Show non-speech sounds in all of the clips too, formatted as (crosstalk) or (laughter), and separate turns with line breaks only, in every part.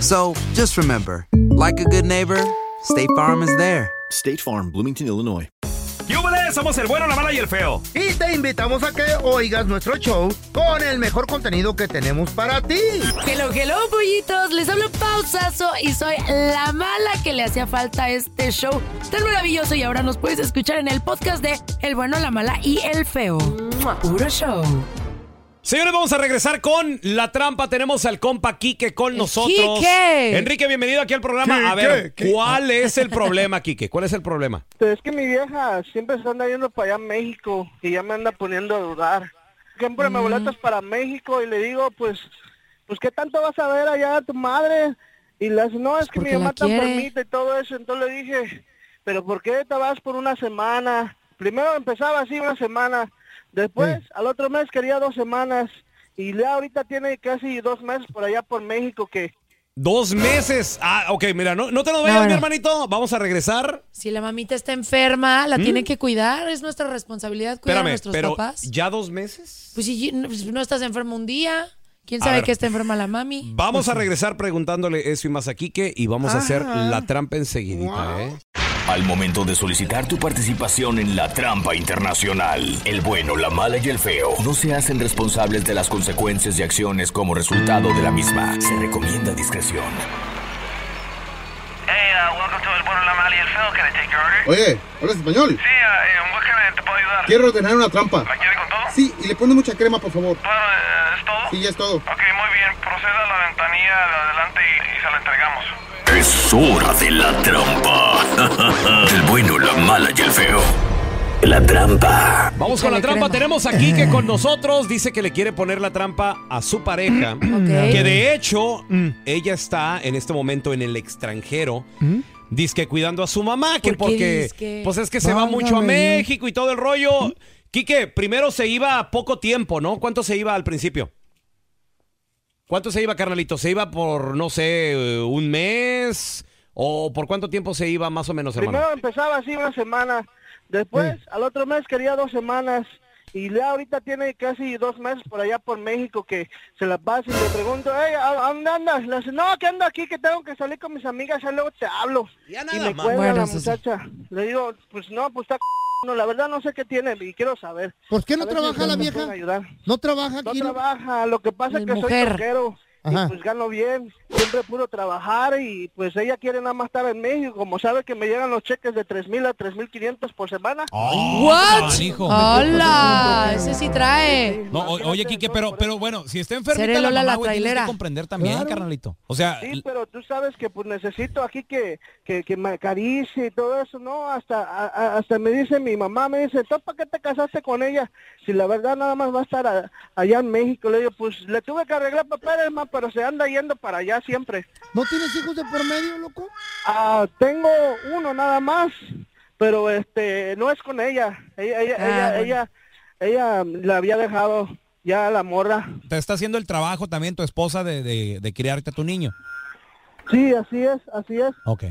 So just remember, like a good neighbor, State Farm is there.
State Farm, Bloomington, Illinois.
¡Yúbele! Somos el bueno, la mala y el feo.
Y te invitamos a que oigas nuestro show con el mejor contenido que tenemos para ti.
Hello, hello, pollitos. Les hablo pausazo y soy la mala que le hacía falta a este show tan maravilloso. Y ahora nos puedes escuchar en el podcast de El bueno, la mala y el feo. ¡Mua! Puro show.
Señores, vamos a regresar con la trampa. Tenemos al compa Quique con nosotros.
Eh, Quique.
Enrique, bienvenido aquí al programa. a ver, ¿cuál es el problema, Quique? ¿Cuál es el problema?
Pero es que mi vieja siempre se anda yendo para allá a México y ya me anda poniendo a dudar. Siempre
Mm.
me boletas para México y le digo, pues, pues, ¿qué tanto vas a ver allá a tu madre? Y las no, es que mi
Pues porque la
mamá tan
quiere.
permite y todo eso. Entonces le dije, pero ¿por qué te vas por una semana? Primero empezaba así una semana, después al otro mes quería dos semanas y ya ahorita tiene casi dos meses por allá por México que...
Dos meses. Ah, ok, mira, no, no te lo vayas,
No, no.
mi hermanito. Vamos a regresar.
Si la mamita está enferma, la tienen que cuidar. Es nuestra responsabilidad cuidar a
¿Mm? Espérame,
nuestros
pero
papás.
¿ya dos meses?
Pues si no, pues, no estás enferma un día, ¿quién
A
sabe
ver.
que está enferma la mami?
Vamos a regresar preguntándole eso y más a Quique y vamos
Ah.
a hacer la trampa enseguidita, ¿eh?
Al momento de solicitar tu participación en la trampa internacional, el bueno, la mala y el feo no se hacen responsables de las consecuencias y acciones como resultado de la misma. Se recomienda discreción.
Hey, uh, welcome to El Bueno, la Mala y el Feo. Can I take your order?
Oye, ¿hablas español?
Sí, uh, eh, ¿en qué me- te puedo ayudar?
Quiero ordenar una trampa.
¿La quiere con todo?
Sí, y le pone mucha crema, por favor.
Bueno, eh, ¿Es todo?
Sí, ya es todo.
Ok, muy bien. Proceda a la ventanilla de adelante y, y se la entregamos.
Es hora de la trampa. (laughs) El bueno, la mala y el feo. La trampa.
Vamos con la trampa. Tenemos a Quique con nosotros. Dice que le quiere poner la trampa a su pareja.
Ok.
Que Mm, de hecho, ella está en este momento en el extranjero.
¿Mm?
Dizque cuidando a su mamá, que
¿Por qué
porque
dizque?
pues es que se va mucho a
Válgame Dios.
México y todo el rollo.
¿Mm?
Quique, primero se iba a poco tiempo, ¿no? ¿Cuánto se iba al principio? ¿Cuánto se iba, carnalito? ¿Se iba por, no sé, eh, un mes? ¿O por cuánto tiempo se iba más o menos, hermano?
Primero empezaba así una semana, después al otro mes quería dos semanas y ya ahorita tiene casi dos meses por allá por México que se la pasa y le pregunto, hey, ¿a a dónde andas? Le dice, no, que ando aquí, que tengo que salir con mis amigas, ya luego te hablo.
Ya
Y
nada
me
más.
cuelga
Bueno,
la
eso sí.
muchacha. Le digo, pues no, pues está c******, no, la verdad no sé qué tiene y quiero saber.
¿Por qué
A
no
ver si
trabaja la
ustedes me pueden
vieja?
ayudar.
¿No trabaja
No
aquí? no?
trabaja, lo que pasa
Mi
es que
mujer.
soy troquero
Ajá.
y pues gano bien, siempre puro trabajar y pues ella quiere nada más estar en México, como sabe que me llegan los cheques de 3.000 a 3.500 por semana.
¿What? Ah.
Canijo.
¡Hola! Ese sí trae.
No, o- oye, Quique, pero, pero bueno, si está
Seré
enfermita la
Lola
mamá,
la
güey, tienes
trailera.
que comprender también,
Claro.
carnalito. O sea,
Sí, pero tú sabes que pues necesito aquí que, que, que me acaricie y todo eso, ¿no? Hasta a- a- hasta me dice mi mamá, me dice, ¿tú para qué te casaste con ella? Si la verdad nada más va a estar a- allá en México. Le digo, pues le tuve que arreglar papeles, más, pero se anda yendo para allá siempre.
¿No tienes hijos de por medio, loco?
Ah, tengo uno nada más, pero este no es con ella. Ella, ella,
Ah,
ella,
bueno.
ella, ella la había dejado ya la morra.
te está haciendo el trabajo también tu esposa de, de, de criarte a tu niño.
Sí, así es, así es.
Ok.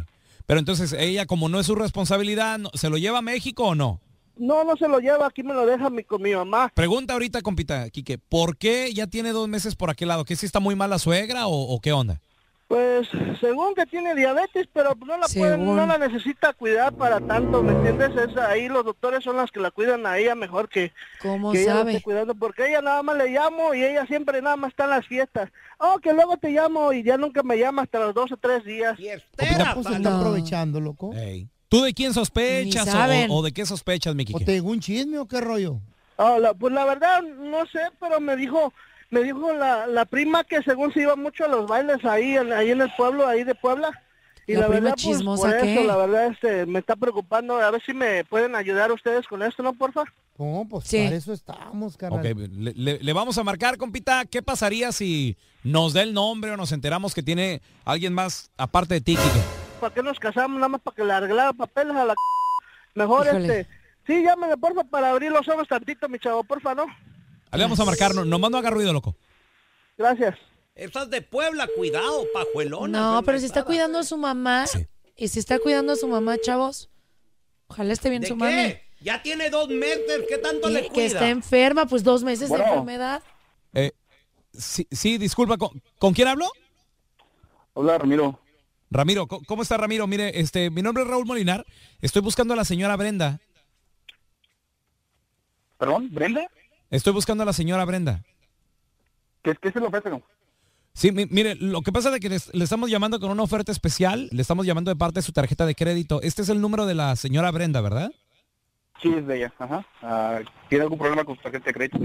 Pero entonces ella, como no es su responsabilidad, no- ¿se lo lleva a México o no?
No, no se lo lleva, aquí me lo deja mi, con mi mamá.
Pregunta ahorita, compita, Quique, ¿por qué ya tiene dos meses por aquel lado? ¿Que si está muy mala suegra o, o qué onda?
Pues según que tiene diabetes, pero no la, pueden, no la necesita cuidar para tanto, ¿me entiendes? Es ahí los doctores son las que la cuidan a ella mejor que,
¿Cómo
que ella la
sabe?
esté cuidando, porque ella nada más le llamo y ella siempre nada más está en las fiestas. Oh, que luego te llamo y ya nunca me llama hasta los dos o tres días.
Pues se está aprovechando, loco.
¿Tú de quién sospechas
Ni
o-
saben.
o, de qué sospechas, mi
¿O
Quique?
te llegó un chisme o qué rollo?
Ah, la- pues la verdad, no sé, pero me dijo, me dijo la, la prima que según se iba mucho a los bailes ahí, en, ahí en el pueblo, ahí de Puebla. Y
La
la,
prima
verdad, pues,
chismosa,
por
¿qué?
eso, la verdad, este, me está preocupando. A ver si me pueden ayudar ustedes con esto, ¿no, porfa?
No, pues para eso estamos, carnal.
Ok, le, le- le vamos a marcar, compita, ¿qué pasaría si nos da el nombre o nos enteramos que tiene alguien más aparte de ti, Quique?
¿Para qué nos casamos? Nada más para que le arreglara papeles a la... c- Mejor,
Híjole.
este... Sí, llámame, porfa, para abrir los ojos tantito, mi chavo, porfa, ¿no?
Le vamos a marcar, no- nomás no haga ruido, loco.
Gracias.
Estás de Puebla, cuidado, pajuelona.
No, pero si está cuidando a su mamá. Y si está cuidando a su mamá, chavos. Ojalá esté bien
¿De
su
qué?
mami.
Ya tiene dos meses, ¿qué tanto le
Que, que
cuida?
está enferma, pues dos meses
Bueno.
de enfermedad.
Eh, sí, sí, disculpa, ¿con, con quién hablo?
Hola, Ramiro.
Ramiro, ¿co- ¿cómo está Ramiro? Mire, este, mi nombre es Raúl Molinar. Estoy buscando a la señora Brenda.
¿Perdón? ¿Brenda?
Estoy buscando a la señora Brenda.
¿Qué, qué se le ofrece? compa?
Sí, mi- mire, lo que pasa es que les- le estamos llamando con una oferta especial. Le estamos llamando de parte de su tarjeta de crédito. Este es el número de la señora Brenda, ¿verdad?
Sí, es de ella. Ajá. Ah, ¿Tiene algún problema con su tarjeta de crédito?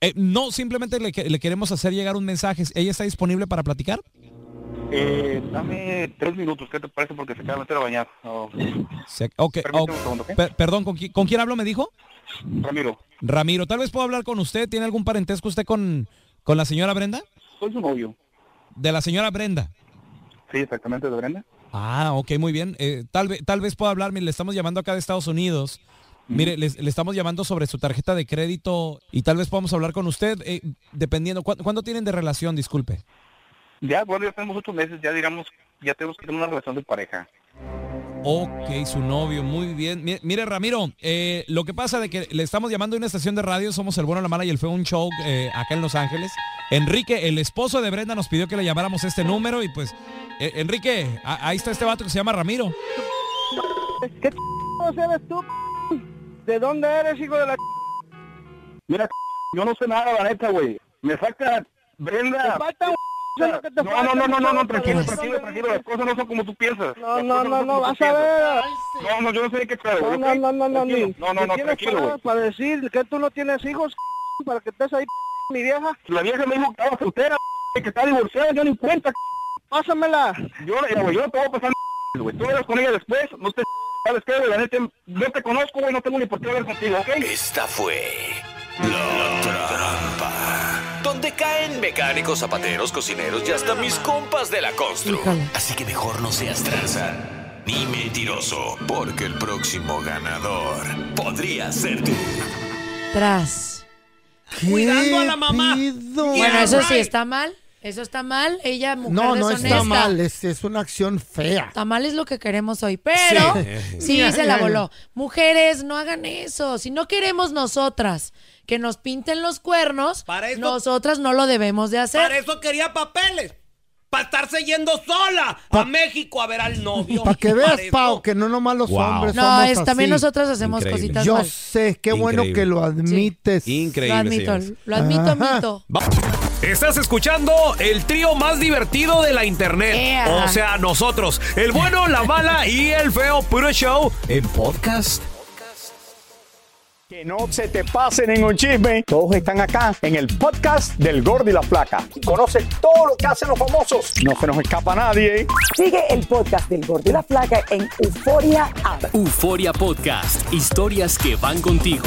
Eh, no, simplemente le, que- le queremos hacer llegar un mensaje. ¿Ella está disponible para platicar?
Eh, dame tres minutos, ¿qué te parece? Porque se acaba de meter a bañar. Oh,
Se- ok,
Permíteme
ok.
un segundo, ¿ok?
Per- perdón, ¿con, qui- con quién hablo me dijo?
Ramiro,
Ramiro, tal vez puedo hablar con usted. ¿Tiene algún parentesco usted con, con la señora Brenda?
soy su novio.
De la señora Brenda.
Sí, exactamente, de Brenda.
Ah, ok, muy bien. Eh, tal, vez, tal vez pueda hablar, mire, le estamos llamando acá de Estados Unidos. Mire, les- le estamos llamando sobre su tarjeta de crédito y tal vez podamos hablar con usted, eh, dependiendo. ¿Cuán- ¿Cuándo tienen de relación? Disculpe.
Ya, bueno, ya tenemos ocho meses, ya digamos, ya tenemos que tener una relación de pareja.
Ok, su novio, muy bien. Mi- Mire, Ramiro, eh, lo que pasa de que le estamos llamando a una estación de radio, somos el bueno, la mala y el feo, un show eh, acá en Los Ángeles. Enrique, el esposo de Brenda, nos pidió que le llamáramos este número y pues, eh, Enrique, a- ahí está este vato que se llama Ramiro.
¿Qué c- eres tú? p-? ¿De dónde eres, hijo de la...
Mira, yo no sé nada, la neta, güey. Me saca Brenda.
Te falta un... eso es lo que te
no,
falta,
no, no, no, no, no,
chavo,
tranquilo,
¿de dónde
tranquilo, tranquilo. Las cosas no son como tú piensas.
No,
Las
no, no,
cosas son
no,
como tú
vas a
piensas.
ver.
No, no, yo no sé de qué pedo.
No,
¿ok?
no, no, no, no,
Tranquilo.
ni-
No, no,
ni
no,
tienes
tranquilo,
palabras
güey.
Para decir que tú no tienes hijos, (laughs) para que estés ahí, (laughs) mi vieja.
La vieja me dijo que estaba soltera, (laughs) que está divorciada, yo ni cuenta. (laughs)
Pásamela.
Yo, mira, güey, yo no te voy a pasar, (laughs) güey. Tú hablas con ella después, no te (laughs) sabes qué, güey, la neta, no te conozco, güey, no tengo ni por qué hablar contigo, ¿ok?
Esta fue la trampa. Donde caen mecánicos, zapateros, cocineros y hasta mis compas de la constru.
Híjole.
Así que mejor no seas tranza ni mentiroso, porque el próximo ganador podría ser tú.
Tras.
Cuidando a la
mamá. Bueno,
Yeah,
eso sí
right.
está mal. Eso está mal. Ella, mujer
No, no
deshonesta.
está mal, es, es una acción fea.
Está mal es lo que queremos hoy, pero
Sí.
sí, se la voló. Mujeres, no hagan eso. Si no queremos nosotras que nos pinten los cuernos, nosotras no lo debemos de hacer.
Para eso quería papeles. Para estarse yendo sola a México a ver al novio.
Para que veas,
eso.
Pau, que no nomás los
Wow.
hombres
No,
somos
es- también
así.
nosotras hacemos Increíble. cositas
Yo
mal.
sé, qué bueno
Increíble.
que lo admites.
Increíble, Lo admito, señores.
lo admito,
Ajá.
admito.
Estás escuchando el trío más divertido de la internet.
Ea.
O sea, nosotros, el bueno, la mala y el feo puro show en podcast.
Que no se te pase ningún chisme. Todos están acá en el podcast del Gordi y la Flaca. Y conoce todo lo que hacen los famosos. No se nos escapa nadie. ¿eh? Sigue el podcast del Gordi y la Flaca en Euforia
Euforia Podcast, historias que van contigo.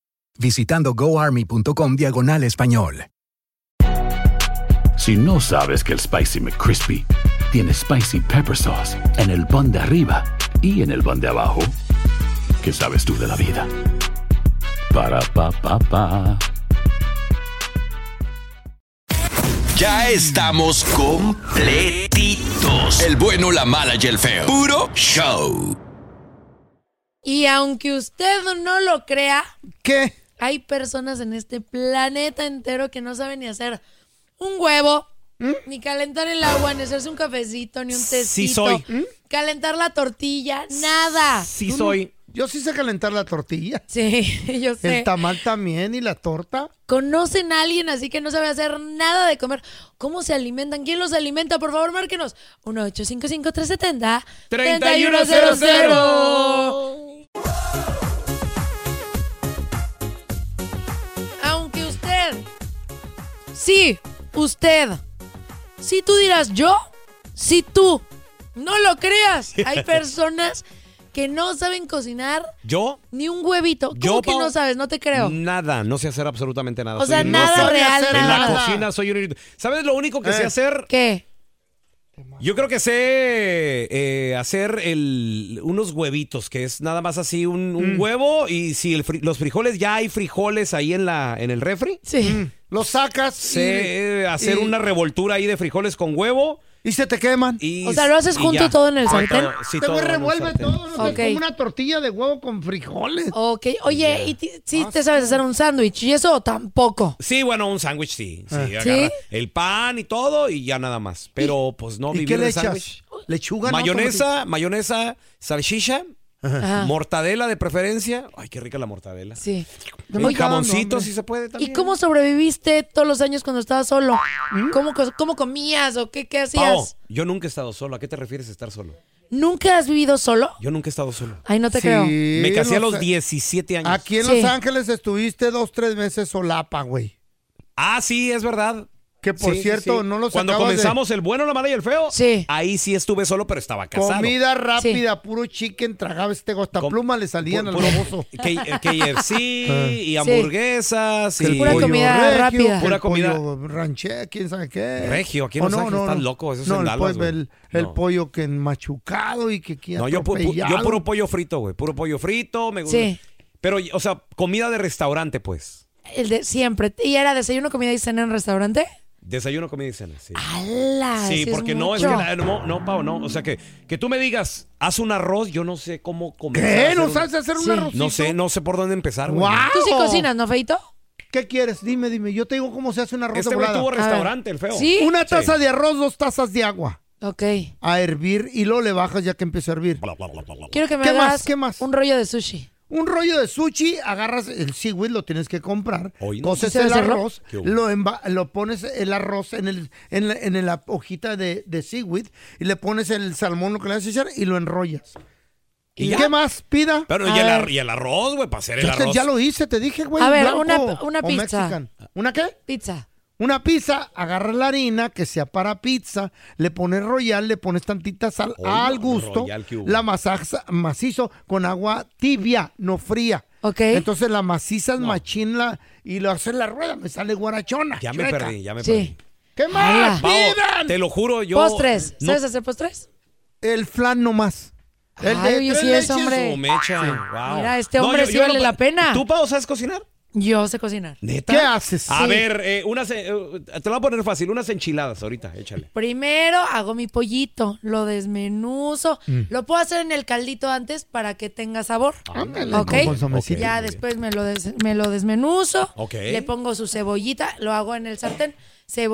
visitando goarmy.com diagonal español.
Si no sabes que el Spicy McCrispy tiene Spicy Pepper Sauce en el pan de arriba y en el pan de abajo, ¿qué sabes tú de la vida? Para, pa, pa, pa.
Ya estamos completitos. El bueno, la mala y el feo. Puro show.
Y aunque usted no lo crea,
¿qué?
Hay personas en este planeta entero que no saben ni hacer un huevo, ni calentar el agua, ni hacerse un cafecito, ni un tecito.
Sí soy.
Calentar la tortilla, nada.
Tú no- Yo sí sé calentar la tortilla.
Sí, (laughs) yo sé.
El tamal también y la torta.
¿Conocen a alguien así que no sabe hacer nada de comer? ¿Cómo se alimentan? ¿Quién los alimenta? Por favor, márquenos. 1-855-370.
3100.
Aunque usted. Sí, usted. Si tú dirás yo, si tú. No lo creas.
(laughs)
Hay personas que no saben cocinar
¿Yo?
ni un huevito. ¿Cómo
Yo,
que
Pau,
no sabes? No te creo.
Nada, no sé hacer absolutamente nada.
O sea,
un
nada
inútil.
real,
En la
nada.
cocina soy un inútil. ¿Sabes lo único que sé hacer?
¿Qué?
Yo creo que sé eh, hacer el, unos huevitos, que es nada más así un, un
Mm.
huevo y si el fri- los frijoles, ya hay frijoles ahí en, la, en el refri.
Sí.
Los sacas.
Sé eh, hacer una revoltura ahí de frijoles con huevo.
Y se te queman.
O sea, ¿lo haces junto todo en el sartén?
Sí,
Te
todo en el
revuelve
sartén.
todo. ¿no?
Ok.
Como una tortilla de huevo con frijoles.
Ok, oye, ¿y ti- si
Ah,
te sabes hacer un sándwich? ¿Y eso tampoco?
Sí, bueno, un sándwich sí. Sí,
Ah.
agarra
¿Sí?
el pan y todo y ya nada más. Pero pues no,
¿Y
vivir
qué le
de
echas?
sándwich.
Lechuga. no?
Mayonesa, mayonesa, salchicha,
Ah.
Ajá.
mortadela de preferencia. Ay, qué rica la mortadela.
Sí.
Un
Oye,
jamoncito, si se puede también. ¿Mm?
¿Y cómo sobreviviste todos los años cuando estabas solo? ¿Cómo, co- cómo comías o qué, qué
Pao,
hacías?
yo nunca he estado solo. ¿A qué te refieres a estar solo?
¿Nunca has vivido solo?
Yo nunca he estado solo.
Ay, no te creo.
Me casé a
no
los
sé.
17 años.
Aquí en Los Ángeles estuviste dos, tres meses solapa, güey.
Ah, sí, es verdad.
Que por
Sí, sí,
cierto,
sí.
no los
Cuando
acabas de-
comenzamos el bueno, la mala y el feo,
sí.
ahí sí estuve solo, pero estaba casado.
Comida rápida, puro chicken, tragaba este gosta pluma, le salían al
(laughs)
baboso.
K- eh, KFC y
Sí.
hamburguesas y
El pollo regio, el
Pura comida
pollo ranché, quién sabe qué.
Regio, aquí en
O
Los Ángeles están locos, esos
no, el,
endalos,
pollo-
güey.
el, el pollo que machucado y que quién
No, yo, pu- pu- yo
atropellado.
puro pollo frito, güey. Puro pollo frito, me gusta.
Sí.
Pero, o sea, comida de restaurante, pues.
El de siempre. ¿Y era desayuno, comida y cena en restaurante?
Desayuno, comida y cena,
Ah,
sí.
¡Hala!
sí,
sí es
porque no, es que
mucho.
la- no, no, Pau, no. O sea, que, que tú me digas, haz un arroz, yo no sé cómo comer.
¿Qué? ¿No sabes hacer un
Sí.
arrocito?
No sé, no sé por dónde empezar, güey.
¡Guau!
Tú sí cocinas, ¿no, Feito?
¿Qué quieres? Dime, dime. Yo te digo cómo se hace un arroz
Este
de
güey
volada.
tuvo restaurante, el feo.
¿Sí?
Una
Sí.
taza de arroz, dos tazas de agua.
Ok.
A hervir y luego le bajas ya que empieza a hervir.
Quiero que me
¿Qué
hagas
más? ¿Qué más?
un rollo de sushi.
Un rollo de sushi, agarras el seaweed, lo tienes que comprar,
Hoy no.
coces
¿Sí
el
sabes hacerlo?
arroz,
¿Qué hubo?
lo, emba- lo pones el arroz en, el, en, la, en la hojita de, de seaweed y le pones el salmón, lo que le vas a echar, y lo enrollas.
¿Y
¿Y
ya?
qué más? Pida.
Pero, ¿y el, ar- y el arroz, güey, para hacer el
Ya te-
arroz.
Ya lo hice, te dije, güey.
A ver,
blanco
una- una
o
pizza.
mexican. ¿Una qué?
Pizza.
Una pizza, agarras la harina que sea para pizza, le pones royal, le pones tantita sal
Oye,
al gusto,
Royal, ¿qué hubo?
la masaja macizo con agua tibia, no fría.
Ok.
Entonces la macizas machín la- y lo haces la rueda, me sale guarachona.
Ya me
chueca.
perdí, ya me
Sí.
¿Qué
Ala.
más?
Pao,
pidan?
te lo juro, yo.
postres.
no-
¿Sabes hacer postres?
El flan nomás. El
Ay, oye,
tres
sí es,
leches.
hombre.
Su mecha, wow.
Mira, este hombre sí vale la pena.
¿Tú, Pau, sabes cocinar?
Yo sé cocinar.
¿Neta?
¿Qué haces?
A
Sí.
ver, eh, unas, eh, te lo voy a poner fácil, unas enchiladas ahorita, échale.
Primero hago mi pollito, lo desmenuzo.
Mm.
Lo puedo hacer en el caldito antes para que tenga sabor.
Ándale,
¿Ok?
con consomecito.
Ya
Ok.
después me lo, des- me lo desmenuzo.
Ok.
Le pongo su cebollita, lo hago en el sartén.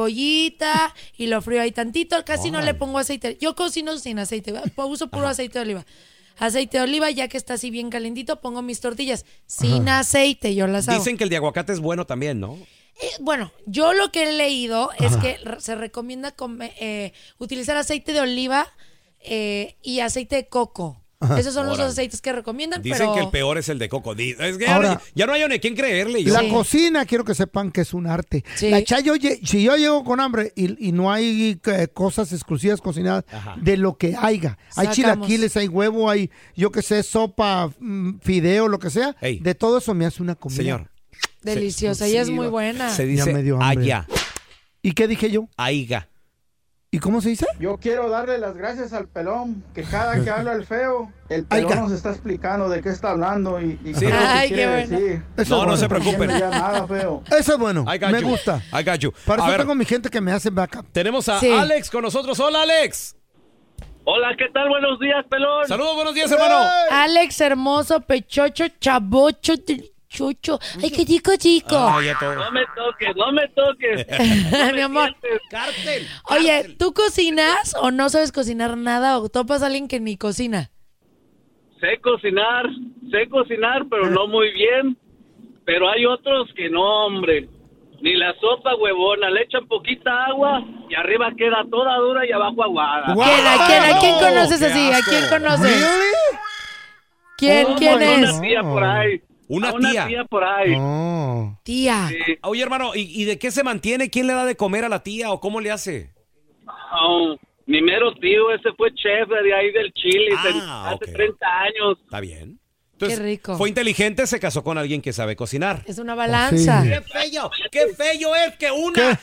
Cebollita y lo frío ahí tantito. Casi no
Órale.
le pongo aceite. Yo cocino sin aceite, ¿verdad? Pu- uso puro
Ajá.
aceite de oliva. Aceite de oliva, ya que está así bien calentito, pongo mis tortillas sin
Ajá.
aceite. Yo las hago.
Dicen que el de aguacate es bueno también, ¿no?
Eh, Bueno, yo lo que he leído es
Ajá.
que r- se recomienda come- eh, utilizar aceite de oliva eh, y aceite de coco.
Ajá.
Esos son los
Órale.
dos aceites que recomiendan,
Dicen
pero
que el peor es el de coco. Di- Es que
Ahora-
ya, no, ya no hay a quien creerle. yo.
La cocina, quiero que sepan que es un arte. La chayo, lle- si yo llego con hambre y, y no hay eh, cosas exclusivas cocinadas, de lo que haya. Hay
Sacamos.
chilaquiles, hay huevo, hay, yo que sé, sopa, mm, fideo, lo que sea.
Ey.
De todo eso me hace una comida.
Señor.
deliciosa y es muy buena.
Se dice
Ya me dio hambre.
allá.
¿Y qué dije yo?
Aiga.
¿Y cómo se dice?
Yo quiero darle las gracias al pelón, que cada que habla el feo, el
Ay,
pelón
ca-
nos está explicando de qué está hablando y, y qué
Sí.
es lo que
Ay, qué
quiere
bueno.
decir.
Eso No, es no bueno. se preocupen.
No ya nada, feo.
Eso es bueno.
I got
Me
you.
gusta.
I got you.
Para
A
eso
ver.
tengo mi gente que me hace backup.
Tenemos a
Sí.
Alex con nosotros. Hola, Alex.
Hola, ¿qué tal? Buenos días, pelón.
Saludos, buenos días, hermano.
Alex hermoso, pechocho, chabocho, tri- chocho. Ay, qué rico, chico. (laughs)
No me toques, no me toques.
Mi amor. Oye, ¿tú cocinas o no sabes cocinar nada o topas a alguien que ni cocina?
sé cocinar, sé cocinar, pero no muy bien. Pero hay otros que no, hombre. Ni la sopa huevona, le echan poquita agua y arriba queda toda dura y abajo aguada.
¿Quién, a quién, a quién conoces
qué
así? ¿A quién
asco.
conoces? ¿Quién,
Oh,
quién
bueno,
es?
Una tía por ahí.
Una
A una
tía.
tía por ahí.
Tía.
Oye, hermano, ¿y, y de qué se mantiene? ¿Quién le da de comer a la tía o cómo le hace?
Oh, mi mero tío, ese fue chef de ahí del Chile ten-
Ah,
hace 30 años.
Está bien.
Qué rico.
Fue inteligente, se casó con alguien que sabe cocinar.
Es una balanza.
¡Qué feo! ¡Qué feo es que una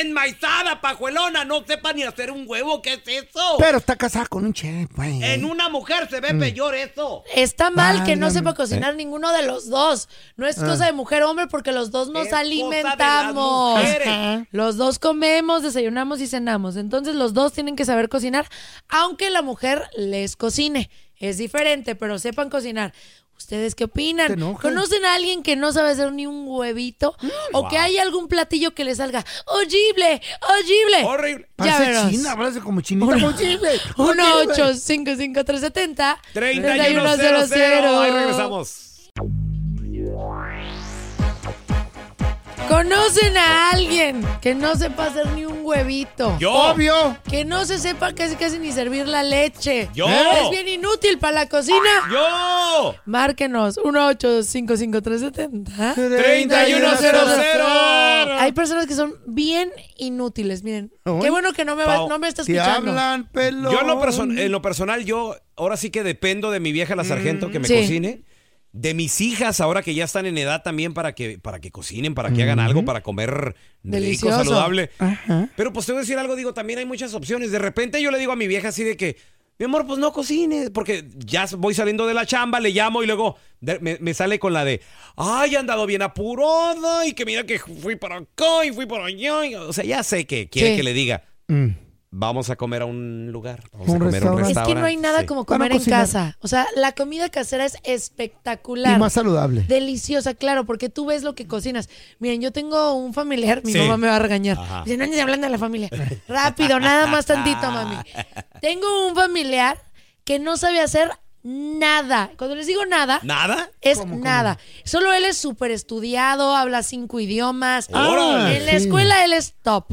enmaizada pajuelona no sepa ni hacer un huevo! ¿Qué es eso?
Pero está casada con un chef, pues. güey.
En una mujer se ve
Mm.
peor eso.
Está mal que
Válgame.
no
Eh.
sepa cocinar ninguno de los dos. No es
Ah.
cosa de mujer hombre porque los dos nos alimentamos.
mujeres.
Ajá. Los dos comemos, desayunamos y cenamos. Entonces los dos tienen que saber cocinar, aunque la mujer les cocine. Es diferente, pero sepan cocinar. ¿Ustedes qué opinan? ¿Conocen a alguien que no sabe hacer ni un huevito? ¿O que
Wow.
hay algún platillo que le salga horrible, horrible?
Horrible.
Ya
Parece
verás.
china, parece como chinita. como chile, como chile.
1-855-370
3100. Ahí regresamos.
¿Conocen a alguien que no sepa hacer ni un huevito?
Yo. Obvio.
Que no se sepa casi casi ni servir la leche.
Yo.
Es bien inútil para la cocina.
Yo.
Márquenos. 1-855-370
3100.
Hay personas que son bien inútiles, miren. Qué bueno que no me, va-
Pao,
no me estás
te
escuchando.
hablan, Yo en lo, perso- eh. en lo personal, yo ahora sí que dependo de mi vieja la sargento que me
Mm, Sí.
cocine. De mis hijas, ahora que ya están en edad también para que, para que cocinen, para que hagan algo, para comer
Mm. Delicioso.
rico, saludable. Pero pues te voy a decir algo, digo, también hay muchas opciones. De repente yo le digo a mi vieja así de que, mi amor, pues no cocines, porque ya voy saliendo de la chamba, le llamo y luego de- me, me sale con la de, ay, he andado bien apurada y que mira que fui para acá y fui para allá. y- O sea, ya sé que quiere
Sí.
que le diga,
Mm.
vamos a comer a un lugar, vamos a
Un
comer a un
restaurante.
Es que no hay nada
Sí.
como
Para
comer en
cocinar.
casa. O sea, la comida casera es espectacular.
Y más saludable.
Deliciosa, claro, porque tú ves lo que cocinas. Miren, yo tengo un familiar, mi
Sí.
mamá me va a regañar.
Ajá.
Dice, no andes hablando de la familia. Rápido, nada más tantito, mami.
(laughs)
Tengo un familiar que no sabe hacer nada. Cuando les digo nada,
¿Nada?
es nada. Solo él es súper estudiado, habla cinco idiomas.
Ah, Órale.
en la
Sí.
escuela él es top.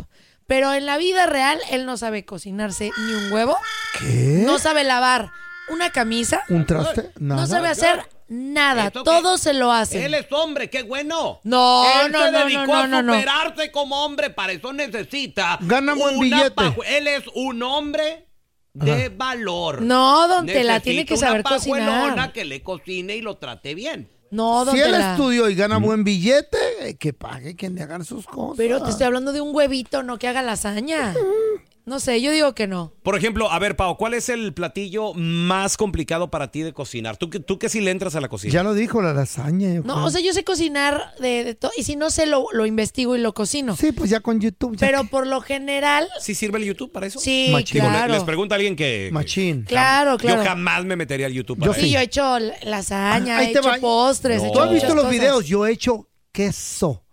Pero en la vida real, él no sabe cocinarse ni un huevo.
¿Eh?
No sabe lavar una camisa.
¿Un traste?
No,
Nada.
sabe hacer nada. Todo se lo hace.
Él es hombre, qué bueno.
No,
Él
no,
se
no,
dedicó
no,
a
no, no, no.
superarse como hombre, para eso necesita.
Gana buen
una
billete.
paju- Él es un hombre de valor.
No, don Tela, tiene
Necesita
que saber
una pajuelona
cocinar.
que le cocine y lo trate bien.
No, don
si él
Tela.
estudió y gana buen billete, eh, que pague quien le hagan sus cosas.
Pero te estoy hablando de un huevito, no que haga lasaña. No sé, yo digo que no.
Por ejemplo, a ver, Pau, ¿cuál es el platillo más complicado para ti de cocinar? ¿Tú, que- tú que sí le entras a la cocina?
Ya lo dijo, la lasaña. yo
No,
creo.
o sea, yo sé cocinar de, de todo y si no sé, lo, lo investigo y lo cocino.
Sí, pues ya con YouTube.
Pero por lo general,
¿Sí sirve el YouTube para eso?
Sí,
Machín. Digo, le-
claro.
les pregunta a alguien que... Machín.
Claro, claro.
Yo jamás me metería al YouTube
yo
para
sí,
eso.
yo he hecho la- lasaña,
Ahí
he
te
hecho
va.
postres, he
¿Tú
hecho
has visto
muchas
los
cosas.
videos? Yo he hecho queso.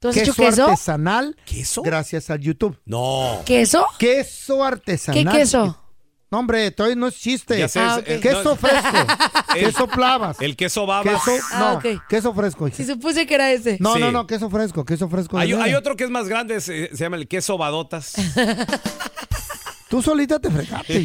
¿Tú has hecho queso?
artesanal.
¿Queso?
Gracias al YouTube.
No.
¿Queso?
Queso artesanal.
¿Qué queso?
No, hombre, todavía no es chiste.
Ya sé, Ah, es- ok.
Queso
no-
fresco.
(laughs) El-
queso plavas.
El queso baba.
Queso, no,
Ah, ok.
queso fresco. hija.
Sí, supuse que era ese.
No,
Sí.
no, no, queso fresco, queso fresco. de
Hay,
verdad.
hay otro que es más grande, se, se llama el queso badotas.
Tú solita te fregaste.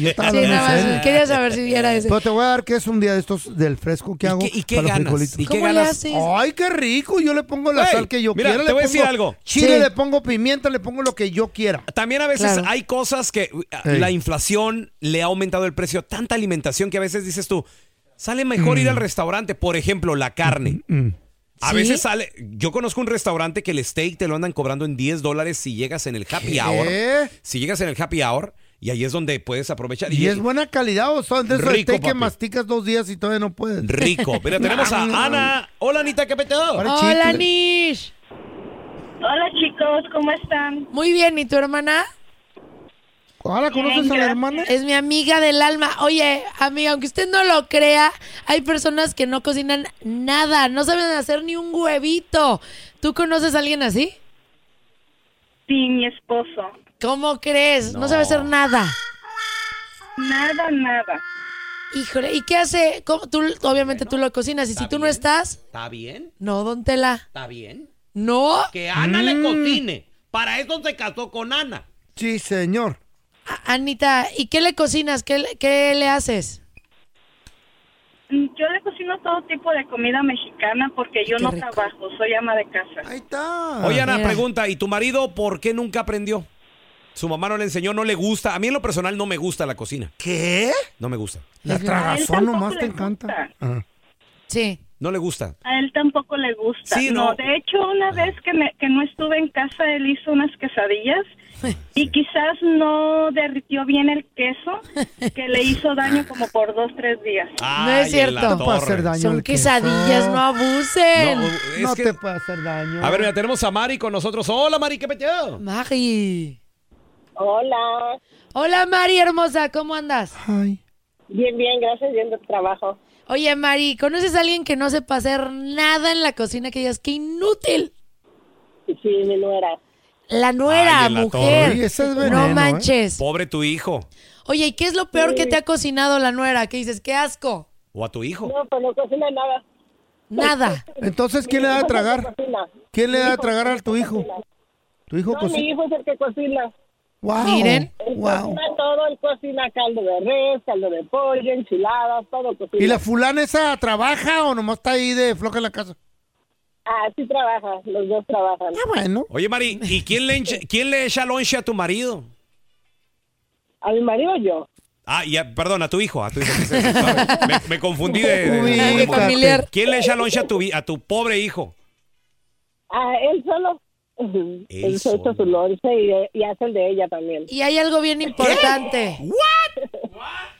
(laughs)
Yo estaba
Sí,
hablando
nada más,
en serio. Pues,
quería saber si era ese.
Pero te voy a dar queso un día de estos del fresco que hago.
qué- y qué
para los
ganas?
frijolitos.
¿Y qué ¿Cómo le ganas? haces?
Ay, qué rico. Yo le pongo la
Güey,
sal que yo
mira,
quiera.
te
le
voy a decir
pongo
algo.
Chile,
Sí.
le pongo pimienta, le pongo lo que yo quiera.
También a veces
Claro.
hay cosas que uh,
Ey.
la inflación le ha aumentado el precio, tanta alimentación que a veces dices tú, sale mejor ir al
Mm.
restaurante, por ejemplo, la carne. A
¿Sí?
veces sale, yo conozco un restaurante que el steak te lo andan cobrando en 10 dólares si llegas en el happy
¿Qué?
hour. Si llegas en el happy hour, y ahí es donde puedes aprovechar.
¿Eh? Y es buena calidad o son de esos
Rico,
steak que
papi.
masticas dos días y todavía no puedes.
Rico. Mira, tenemos a Ana. Hola, Anita, ¿qué peteo?
Hola, Nish.
Hola, chicos, ¿cómo están?
Muy bien, ¿y tu hermana?
Hola,
¿conoces a la
hermana?
Es mi amiga del alma. Oye, amiga, aunque usted no lo crea, hay personas que no cocinan nada, no saben hacer ni un huevito. ¿Tú conoces a alguien así?
Sí, mi esposo.
¿Cómo crees? No, sabe hacer nada.
Nada, nada.
Híjole, ¿y qué hace? ¿Cómo? Tú, obviamente tú lo cocinas y si tú no estás,
¿Está bien?
no, don Tela.
¿Está bien?
No.
Que Ana le
Mm.
cocine. Para eso se casó con Ana.
Sí, señor.
A- Anita, ¿y qué le cocinas? ¿Qué, le- qué le haces?
Mm, Yo le cocino todo tipo de comida mexicana porque yo no trabajo, soy ama de casa.
Ahí está.
Oye, Ana, pregunta, ¿y tu marido por qué nunca aprendió? Su mamá no le enseñó, no le gusta. A mí en lo personal no me gusta la cocina.
¿Qué?
No me gusta.
La tragazón nomás te encanta. Ah.
Sí.
No le gusta.
A él tampoco le gusta.
Sí,
no.
no.
de hecho, una vez que, me- que no estuve en casa, él hizo unas quesadillas y
(laughs)
quizás no derritió bien el queso, que le hizo daño como por dos, tres días.
no es cierto.
torre. puede hacer daño
Son
el queso.
quesadillas, no abusen.
No, es
No
que-
te puede hacer daño.
A ver, mira, tenemos a Mari con nosotros. Hola, Mari, ¿qué peteo?
Mari.
Hola.
Hola, Mari hermosa, ¿cómo andas?
Bien, bien, gracias, bien de trabajo.
Oye, Mari, ¿conoces a alguien que no sepa hacer nada en la cocina que digas que inútil?
Sí, mi nuera.
La nuera,
Ay, en la
mujer.
torre. Oye, ese es
no
veneno, ¿eh?
manches.
Pobre tu hijo
Oye, ¿y qué es lo peor que te ha cocinado la nuera? ¿Qué dices? ¡Qué asco!
o a tu hijo.
No, pues no cocina nada.
(laughs)
Nada.
Entonces, ¿quién le da de tragar? ¿Quién le da de tragar a tu hijo? pues Tu hijo
No, mi
cocina.
hijo es el que cocina.
Wow.
Miren. Él
Wow.
cocina todo, él cocina caldo de res, caldo de pollo, enchiladas, todo cocina.
¿Y la fulana esa trabaja o nomás está ahí de floja en la casa?
Ah, sí trabaja, los dos trabajan. Ah,
bueno.
Oye, Mari, ¿y quién le, enche- quién le echa lonche a tu marido?
A mi marido yo.
Ah, ya, perdón, a tu hijo. A tu hijo. me, me confundí de, de- de-
Ubícate.
familiar. ¿Quién le echa lonche a tu, vi- a tu pobre hijo?
Ah, él solo. (laughs) Él, se echa su lonche y, y hace el de ella también.
Y hay algo bien importante.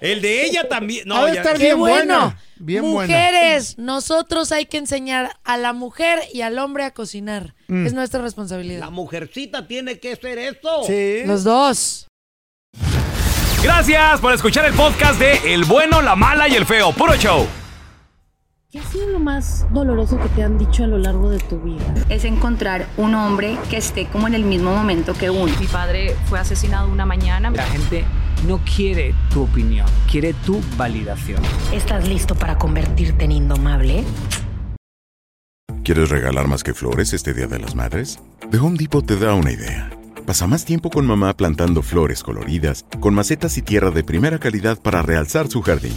El de ella también. No,
Ha de
ya-
estar
Qué bien bueno. buena,
Bien
Mujeres, nosotros hay que enseñar a la mujer y al hombre a cocinar.
Mm.
Es nuestra responsabilidad.
La mujercita tiene que ser eso.
Los dos.
Gracias por escuchar el podcast de El bueno, la mala y el feo. Puro show.
¿Qué ha sido lo más doloroso que te han dicho a lo largo de tu vida?
es encontrar un hombre que esté como en el mismo momento que uno. Mi padre fue asesinado una mañana.
La gente no quiere tu opinión, quiere tu validación.
¿Estás listo para convertirte en indomable?
¿Quieres regalar más que flores este Día de las Madres? The Home Depot te da una idea. Pasa más tiempo con mamá plantando flores coloridas, con macetas y tierra de primera calidad para realzar su jardín.